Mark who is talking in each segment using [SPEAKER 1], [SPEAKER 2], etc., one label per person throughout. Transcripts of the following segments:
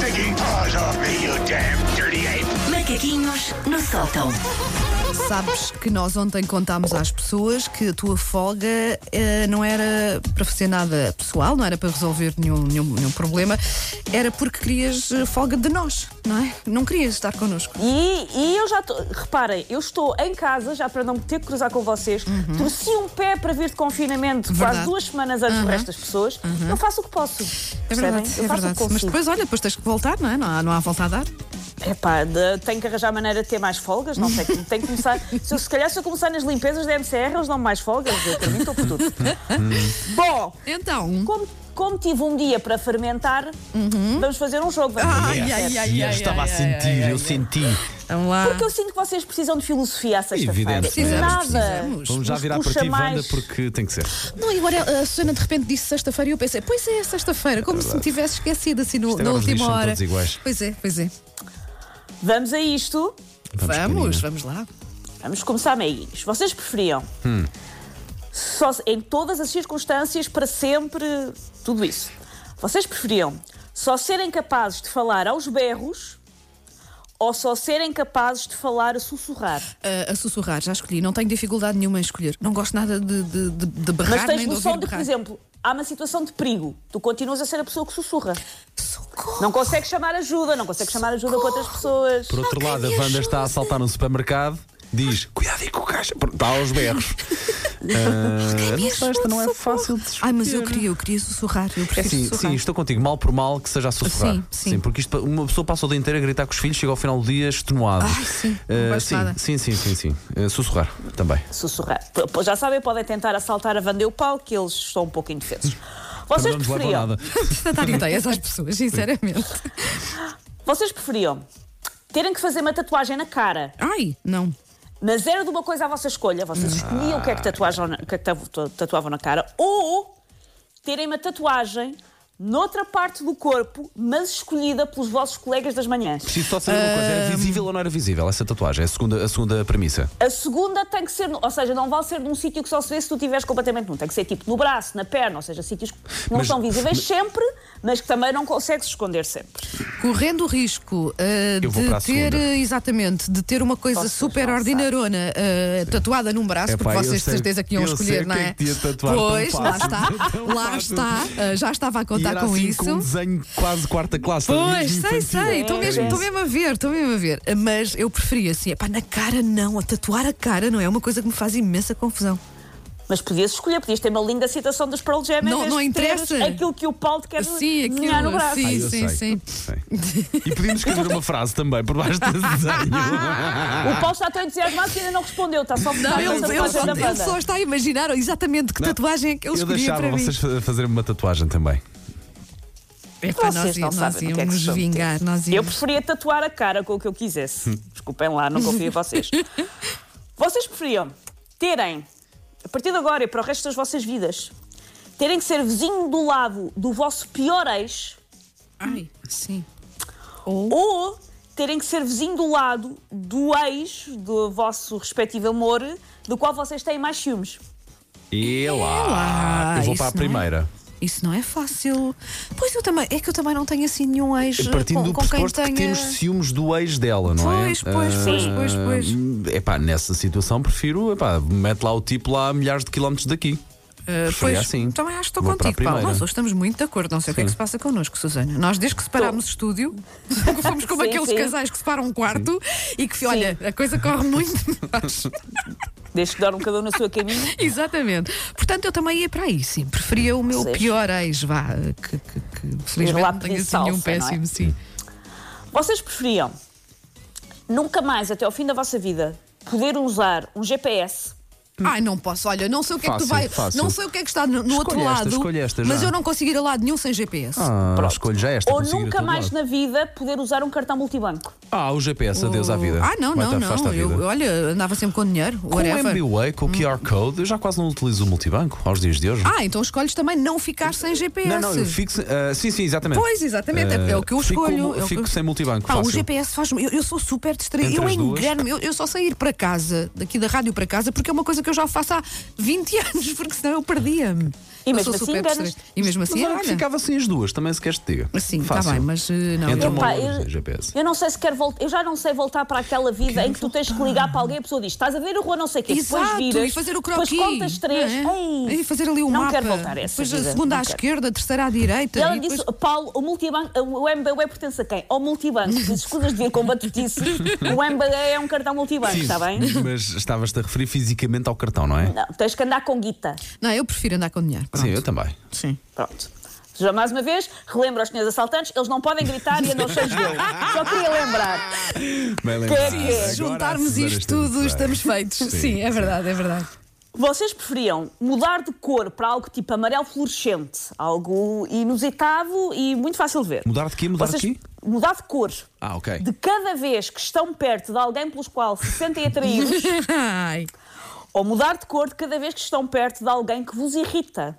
[SPEAKER 1] taking paws off me, you damn dirty ape!
[SPEAKER 2] Macaquinhos no sótão.
[SPEAKER 3] Sabes que nós ontem contámos às pessoas que a tua folga eh, não era para fazer nada pessoal, não era para resolver nenhum, nenhum, nenhum problema, era porque querias eh, folga de nós, não é? Não querias estar connosco.
[SPEAKER 4] E, e eu já estou. Reparem, eu estou em casa já para não me ter que cruzar com vocês. Torci um pé para vir de confinamento
[SPEAKER 3] Uhum. Verdade. Uhum.
[SPEAKER 4] quase duas semanas antes do resto das pessoas. Eu faço o que posso.
[SPEAKER 3] É
[SPEAKER 4] percebem?
[SPEAKER 3] verdade,
[SPEAKER 4] eu
[SPEAKER 3] é
[SPEAKER 4] faço
[SPEAKER 3] verdade.
[SPEAKER 4] o que
[SPEAKER 3] Mas
[SPEAKER 4] consigo.
[SPEAKER 3] depois, olha, depois tens que voltar, não é? Não há, não há volta a dar.
[SPEAKER 4] Epá, de- tenho que arranjar maneira de ter mais folgas, não sei. Tenho que começar. Se, eu- se calhar, se eu começar nas limpezas da MCR, eles dão mais folgas. Eu, para mim, estou por tudo.
[SPEAKER 3] Uhum.
[SPEAKER 4] Bom,
[SPEAKER 3] Então.
[SPEAKER 4] como, como tive um dia para fermentar,
[SPEAKER 3] Uhum.
[SPEAKER 4] vamos fazer um jogo. Vamos fazer um set.
[SPEAKER 5] E eu estava a sentir, eu senti.
[SPEAKER 3] Vamos Então lá.
[SPEAKER 4] Porque eu sinto que vocês precisam de filosofia à sexta-feira.
[SPEAKER 5] Evidentemente.
[SPEAKER 4] Nada.
[SPEAKER 3] Precisamos.
[SPEAKER 5] Vamos já
[SPEAKER 4] Nos
[SPEAKER 5] virar para
[SPEAKER 4] puxa
[SPEAKER 5] ti, Wanda,
[SPEAKER 4] mais.
[SPEAKER 5] porque tem que ser.
[SPEAKER 3] Não, e agora a Susana de repente disse sexta-feira e eu pensei, pois é, sexta-feira, como se me tivesse esquecido assim no,
[SPEAKER 5] Isto
[SPEAKER 3] na
[SPEAKER 5] agora os dias
[SPEAKER 3] última
[SPEAKER 5] são
[SPEAKER 3] hora.
[SPEAKER 5] todos iguais.
[SPEAKER 3] Pois é, pois é.
[SPEAKER 4] Vamos a isto.
[SPEAKER 5] Vamos,
[SPEAKER 3] Vamos,
[SPEAKER 5] Karina.
[SPEAKER 3] vamos lá.
[SPEAKER 4] Vamos começar, meiguinhos. Vocês preferiam
[SPEAKER 5] Hum.
[SPEAKER 4] só em todas as circunstâncias, para sempre, tudo isso. Vocês preferiam só serem capazes de falar aos berros ou só serem capazes de falar a sussurrar?
[SPEAKER 3] a- a sussurrar, já escolhi, não tenho dificuldade nenhuma em escolher. Não gosto nada de, de, de, de berrar
[SPEAKER 4] Mas tens
[SPEAKER 3] nem de
[SPEAKER 4] noção
[SPEAKER 3] ouvir
[SPEAKER 4] de, que, por
[SPEAKER 3] berrar.
[SPEAKER 4] exemplo, há uma situação de perigo. Tu continuas a ser a pessoa que sussurra. Não consegues chamar ajuda, não consegues chamar ajuda com outras pessoas.
[SPEAKER 5] Por outro lado, a
[SPEAKER 3] me
[SPEAKER 5] Wanda está a assaltar um supermercado, diz: Cuidado aí com o caixa, porque está aos berros. Ah, não sei, esta não é fácil de
[SPEAKER 3] Ai, mas eu
[SPEAKER 5] escolher.
[SPEAKER 3] queria, eu queria sussurrar, eu
[SPEAKER 5] É
[SPEAKER 3] prefiro
[SPEAKER 5] assim,
[SPEAKER 3] sussurrar.
[SPEAKER 5] sim, estou contigo, mal por mal que seja a sussurrar.
[SPEAKER 3] Sim, sim.
[SPEAKER 5] porque isto, uma pessoa passa o dia inteiro a gritar com os filhos, chega ao final do dia extenuado.
[SPEAKER 3] Ai, sim, não
[SPEAKER 5] Ah,
[SPEAKER 3] gosto
[SPEAKER 5] sim,
[SPEAKER 3] nada.
[SPEAKER 5] sim, sim, sim, sim. Ah, sussurrar também.
[SPEAKER 4] sussurrar. P- p- Já sabem, podem tentar assaltar a Vandeu Pau, que eles são um pouco indefesos. Vocês
[SPEAKER 5] não nos leva a
[SPEAKER 4] preferiam,
[SPEAKER 5] nada.
[SPEAKER 3] Precisa dar ideias às pessoas, sinceramente.
[SPEAKER 4] vocês preferiam terem que fazer uma tatuagem na cara,
[SPEAKER 3] Ai, não.
[SPEAKER 4] mas era de uma coisa à vossa escolha, vocês escolhiam o que é que, tatuavam na, o que é que tatu- tatu- tatuavam na cara, ou terem uma tatuagem noutra parte do corpo, mas escolhida pelos vossos colegas das manhãs.
[SPEAKER 5] Preciso só saber uma coisa: era visível ou não era visível essa tatuagem? É a segunda, a segunda premissa.
[SPEAKER 4] A segunda tem que ser, no- ou seja, não vale ser num sítio que só se vê se tu estiveres completamente nu. Tem que ser tipo no braço, na perna, ou seja, sítios que não
[SPEAKER 5] Mas-
[SPEAKER 4] são visíveis sempre, mas que também não consegues esconder sempre.
[SPEAKER 3] Correndo o risco uh,
[SPEAKER 5] Eu vou para a
[SPEAKER 3] de ter,
[SPEAKER 5] segunda.
[SPEAKER 3] uh, exatamente, de ter uma coisa
[SPEAKER 4] Vocês
[SPEAKER 3] super
[SPEAKER 4] não
[SPEAKER 3] ordinarona uh, tatuada num braço,
[SPEAKER 5] Epá,
[SPEAKER 3] porque
[SPEAKER 5] É eu
[SPEAKER 3] vocês de
[SPEAKER 5] sei-
[SPEAKER 3] certeza que iam
[SPEAKER 5] eu sei
[SPEAKER 3] escolher,
[SPEAKER 5] quem
[SPEAKER 3] não é?
[SPEAKER 5] que tinha tatuado tão
[SPEAKER 3] Pois, lá
[SPEAKER 5] fácil,
[SPEAKER 3] está,
[SPEAKER 5] tão
[SPEAKER 3] lá
[SPEAKER 5] fácil.
[SPEAKER 3] está, uh, já estava a
[SPEAKER 5] E
[SPEAKER 3] contar
[SPEAKER 5] era
[SPEAKER 3] com
[SPEAKER 5] assim,
[SPEAKER 3] isso.
[SPEAKER 5] Com um desenho quase quarta classe.
[SPEAKER 3] Pois,
[SPEAKER 5] mesmo
[SPEAKER 3] sei,
[SPEAKER 5] infantil.
[SPEAKER 3] sei. Estou
[SPEAKER 4] É,
[SPEAKER 3] mesmo,
[SPEAKER 4] é
[SPEAKER 3] tô
[SPEAKER 4] isso.
[SPEAKER 3] mesmo a ver, estou mesmo a ver. Mas eu preferia assim, epá, na cara não, a tatuar a cara não é uma coisa que me faz imensa confusão.
[SPEAKER 4] Mas podias escolher, podias ter uma linda citação dos Pearl Jam em
[SPEAKER 3] Não-
[SPEAKER 4] vez de
[SPEAKER 3] não
[SPEAKER 4] teres
[SPEAKER 3] interessa.
[SPEAKER 4] Aquilo que o Paulo te quer
[SPEAKER 3] Sim,
[SPEAKER 4] desenhar
[SPEAKER 3] aquilo,
[SPEAKER 4] no braço.
[SPEAKER 3] sim.
[SPEAKER 5] Ah, eu sei,
[SPEAKER 3] sim.
[SPEAKER 5] sei. E podíamos escrever uma frase também por baixo desse desenho.
[SPEAKER 4] O Paulo está tão entusiasmado que ainda não respondeu, está só não,
[SPEAKER 3] Ele, ele só,
[SPEAKER 4] da
[SPEAKER 3] ele
[SPEAKER 4] banda.
[SPEAKER 3] só está a imaginar exatamente que tatuagem é que ele
[SPEAKER 5] Eu
[SPEAKER 3] escolhia
[SPEAKER 5] deixava
[SPEAKER 3] para mim.
[SPEAKER 5] vocês fa- fazerem uma tatuagem também.
[SPEAKER 3] Epá, nós,
[SPEAKER 4] Vocês não
[SPEAKER 3] nós
[SPEAKER 4] sabem
[SPEAKER 3] íamos
[SPEAKER 4] do que é que se vão
[SPEAKER 3] vingar,
[SPEAKER 4] meter.
[SPEAKER 3] nós
[SPEAKER 4] Eu
[SPEAKER 3] íamos.
[SPEAKER 4] preferia tatuar a cara com o que eu quisesse. Desculpem lá, não confio em vocês. Vocês preferiam terem, a partir de agora e para o resto das vossas vidas, terem que ser vizinho do lado do vosso pior ex
[SPEAKER 3] Ai, sim. Ou
[SPEAKER 4] ou terem que ser vizinho do lado do ex do vosso respectivo amor, do qual vocês têm mais ciúmes.
[SPEAKER 5] E lá.
[SPEAKER 3] lá,
[SPEAKER 5] Ah, Eu vou
[SPEAKER 3] isso
[SPEAKER 5] para a
[SPEAKER 3] não é?
[SPEAKER 5] primeira.
[SPEAKER 3] isso não é fácil. Pois eu também, é que eu também não tenho assim nenhum ex
[SPEAKER 5] Partindo
[SPEAKER 3] com,
[SPEAKER 5] do
[SPEAKER 3] com quem
[SPEAKER 5] pressuposto que
[SPEAKER 3] tenha.
[SPEAKER 5] temos ciúmes do ex dela, não é?
[SPEAKER 3] Pois, pois,
[SPEAKER 5] Ah,
[SPEAKER 3] pois, pois, pois.
[SPEAKER 5] Epá, nessa situação prefiro, epá, mete lá o tipo lá a milhares de quilómetros daqui.
[SPEAKER 3] Uh,
[SPEAKER 5] Preferia
[SPEAKER 3] pois,
[SPEAKER 5] assim.
[SPEAKER 3] também acho que estou
[SPEAKER 5] Vou para a
[SPEAKER 3] contigo, Paulo.
[SPEAKER 5] primeira.
[SPEAKER 3] Nós hoje estamos muito de acordo. Não sei o que é que se passa connosco, Susana. Nós, desde que separámos o estúdio, fomos como
[SPEAKER 4] Sim,
[SPEAKER 3] aqueles
[SPEAKER 4] sim.
[SPEAKER 3] casais que separam um quarto e que, olha, a coisa corre muito baixo.
[SPEAKER 4] Desde que dar um cada um no seu caminho.
[SPEAKER 3] Exatamente. Portanto, eu também ia para aí, sim. Preferia o meu
[SPEAKER 4] Sim.
[SPEAKER 3] pior ex, vá. Que, que, que felizmente
[SPEAKER 4] lá
[SPEAKER 3] não
[SPEAKER 4] pedir
[SPEAKER 3] tenho assim
[SPEAKER 4] salsa,
[SPEAKER 3] nenhum
[SPEAKER 4] não é?
[SPEAKER 3] péssimo, sim.
[SPEAKER 4] Vocês preferiam nunca mais, até ao fim da vossa vida, poder usar um GPS?
[SPEAKER 3] Hum. Ai, não posso. Olha, não sei o que é que tu
[SPEAKER 5] Fácil,
[SPEAKER 3] vai.
[SPEAKER 5] fácil.
[SPEAKER 3] Não sei o que é que está no, no outro
[SPEAKER 5] Escolhe esta,
[SPEAKER 3] lado.
[SPEAKER 5] escolhe esta
[SPEAKER 3] mas
[SPEAKER 5] já.
[SPEAKER 3] eu não consigo ir a lado nenhum sem GPS.
[SPEAKER 5] Ah, escolho já esta.
[SPEAKER 4] Ou
[SPEAKER 5] consigo ir a
[SPEAKER 4] nunca
[SPEAKER 5] todo
[SPEAKER 4] mais
[SPEAKER 5] lado.
[SPEAKER 4] na vida poder usar um cartão multibanco?
[SPEAKER 5] Ah, o GPS, adeus à vida.
[SPEAKER 3] Ah, não,
[SPEAKER 5] Vai
[SPEAKER 3] não,
[SPEAKER 5] estar- faz-te à
[SPEAKER 3] não.
[SPEAKER 5] vida.
[SPEAKER 3] Eu, olha, andava sempre com dinheiro.
[SPEAKER 5] Com o
[SPEAKER 3] whatever. Hum.
[SPEAKER 5] MBWay, com o QR Code, eu já quase não utilizo o multibanco aos dias de hoje.
[SPEAKER 3] Ah, então escolhes também não ficar sem GPS.
[SPEAKER 5] não, não, eu fico. sem- ah, sim, sim, exatamente.
[SPEAKER 3] Pois, exatamente, é- é o que eu
[SPEAKER 5] Ah, fico,
[SPEAKER 3] escolho, é o
[SPEAKER 5] Fico
[SPEAKER 3] que-
[SPEAKER 5] sem multibanco.
[SPEAKER 3] Pá, o
[SPEAKER 5] fácil.
[SPEAKER 3] GPS faz-me. Eu, eu sou super distraída.
[SPEAKER 5] Entre
[SPEAKER 3] Eu
[SPEAKER 5] as duas.
[SPEAKER 3] engano-me. Eu, eu só sei ir para casa, daqui da rádio para casa, porque é uma coisa que eu já faço há 20 anos, porque senão eu perdia-me.
[SPEAKER 4] E
[SPEAKER 3] Eu
[SPEAKER 4] mesmo
[SPEAKER 3] sou
[SPEAKER 4] assim
[SPEAKER 3] super
[SPEAKER 4] enganas.
[SPEAKER 3] distraída. E mesmo assim,
[SPEAKER 5] Mas olha que
[SPEAKER 3] olha.
[SPEAKER 5] ficava assim as duas, também se queres te diga.
[SPEAKER 3] Sim, está
[SPEAKER 5] Fácil.
[SPEAKER 3] bem, mas eh, não.
[SPEAKER 5] Entre
[SPEAKER 3] eu-
[SPEAKER 5] uma-
[SPEAKER 4] Pá,
[SPEAKER 5] Longe,
[SPEAKER 4] eu,
[SPEAKER 5] GPS.
[SPEAKER 4] eu não sei se quero voltar, eu já não sei voltar para aquela vida em que tu tens que ligar para alguém e a pessoa diz: estás a ver a rua não sei o quê, depois
[SPEAKER 3] Exato,
[SPEAKER 4] viras,
[SPEAKER 3] e fazer o
[SPEAKER 4] depois
[SPEAKER 3] croquis.
[SPEAKER 4] contas três,
[SPEAKER 3] não é?
[SPEAKER 4] ei,
[SPEAKER 3] e fazer ali o
[SPEAKER 4] não
[SPEAKER 3] mapa.
[SPEAKER 4] quero voltar a essa
[SPEAKER 3] depois
[SPEAKER 4] vida,
[SPEAKER 3] a segunda
[SPEAKER 4] não
[SPEAKER 3] à
[SPEAKER 4] quero.
[SPEAKER 3] esquerda, a terceira à direita.
[SPEAKER 4] E ela
[SPEAKER 3] e depois-
[SPEAKER 4] disse, Paulo, o, multibanco, o MBE pertence a quem? Ao multibanco. Tu escusas de vir com batutice. o MBE é um cartão multibanco, está bem?
[SPEAKER 5] Mas estavas-te a referir fisicamente ao cartão, não é?
[SPEAKER 4] Não, tens que andar com guita.
[SPEAKER 3] Não, eu prefiro andar com dinheiro.
[SPEAKER 5] Sim,
[SPEAKER 3] Pronto.
[SPEAKER 5] eu também.
[SPEAKER 3] Sim.
[SPEAKER 4] Pronto. Já mais uma vez, relembro aos senhores assaltantes, eles não podem gritar e andam cheios dele. Só queria lembrar.
[SPEAKER 5] Bem
[SPEAKER 4] é
[SPEAKER 5] lembrado.
[SPEAKER 4] que é?
[SPEAKER 5] Agora
[SPEAKER 3] Se
[SPEAKER 5] a
[SPEAKER 3] juntarmos
[SPEAKER 5] Susana
[SPEAKER 3] isto
[SPEAKER 5] esteve
[SPEAKER 3] tudo,
[SPEAKER 5] bem.
[SPEAKER 3] estamos feitos. Sim, é verdade, é verdade.
[SPEAKER 4] Vocês preferiam mudar de cor para algo tipo amarelo fluorescente, algo inusitado e muito fácil de ver.
[SPEAKER 5] Mudar de quê? Mudar de
[SPEAKER 4] Vocês,
[SPEAKER 5] quê?
[SPEAKER 4] Mudar de cor.
[SPEAKER 5] Ah, ok.
[SPEAKER 4] De cada vez que estão perto de alguém pelos quais se sentem atraídos,
[SPEAKER 3] Ai.
[SPEAKER 4] ou mudar de cor de cada vez que estão perto de alguém que vos irrita.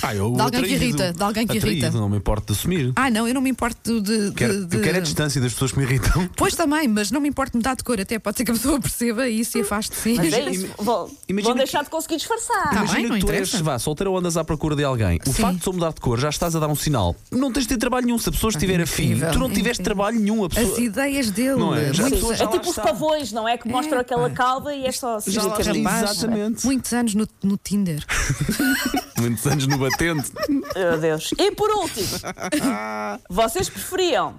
[SPEAKER 5] Ah, eu
[SPEAKER 3] De alguém que
[SPEAKER 5] atraído.
[SPEAKER 3] irrita, de alguém que
[SPEAKER 5] Atraído,
[SPEAKER 3] irrita.
[SPEAKER 5] Não me importa de assumir.
[SPEAKER 3] Ai, Ah, não, eu não me importo de. de-
[SPEAKER 5] Quero,
[SPEAKER 3] de-
[SPEAKER 5] Eu quero a distância das pessoas que me irritam.
[SPEAKER 3] Pois também, mas não me importo de mudar de cor, até pode ser que a pessoa perceba e se afaste sim.
[SPEAKER 4] Mas é
[SPEAKER 5] Imagina-
[SPEAKER 4] isso.
[SPEAKER 5] ima-
[SPEAKER 4] Vão,
[SPEAKER 5] imagina
[SPEAKER 4] vão deixar
[SPEAKER 5] que-
[SPEAKER 4] de conseguir disfarçar.
[SPEAKER 3] Tá. bem,
[SPEAKER 5] Imagina
[SPEAKER 3] não
[SPEAKER 5] que tu
[SPEAKER 3] interessa.
[SPEAKER 5] és, vá, solteiro ou andas à procura de alguém. O
[SPEAKER 3] Sim.
[SPEAKER 5] facto de eu mudar de cor já estás a dar um sinal. Não tens de ter trabalho nenhum. Se a pessoa estiver
[SPEAKER 3] Tá
[SPEAKER 5] afim,
[SPEAKER 3] incrível,
[SPEAKER 5] tu não tiveste
[SPEAKER 3] incrível. Assim-
[SPEAKER 5] trabalho nenhum. A pessoa...
[SPEAKER 3] As ideias dele.
[SPEAKER 5] Não é? Já
[SPEAKER 4] Sim.
[SPEAKER 5] a
[SPEAKER 3] Muitos-
[SPEAKER 5] pessoa já
[SPEAKER 4] É
[SPEAKER 5] lá
[SPEAKER 4] tipo os
[SPEAKER 5] está.
[SPEAKER 4] pavões, não é? Que mostram
[SPEAKER 3] É,
[SPEAKER 4] aquela
[SPEAKER 3] pá.
[SPEAKER 4] calda e é só assim.
[SPEAKER 5] Já lá está. Exatamente.
[SPEAKER 3] Muitos anos no, no Tinder.
[SPEAKER 5] Muitos anos no batente.
[SPEAKER 4] Meu Deus. E por último, vocês preferiam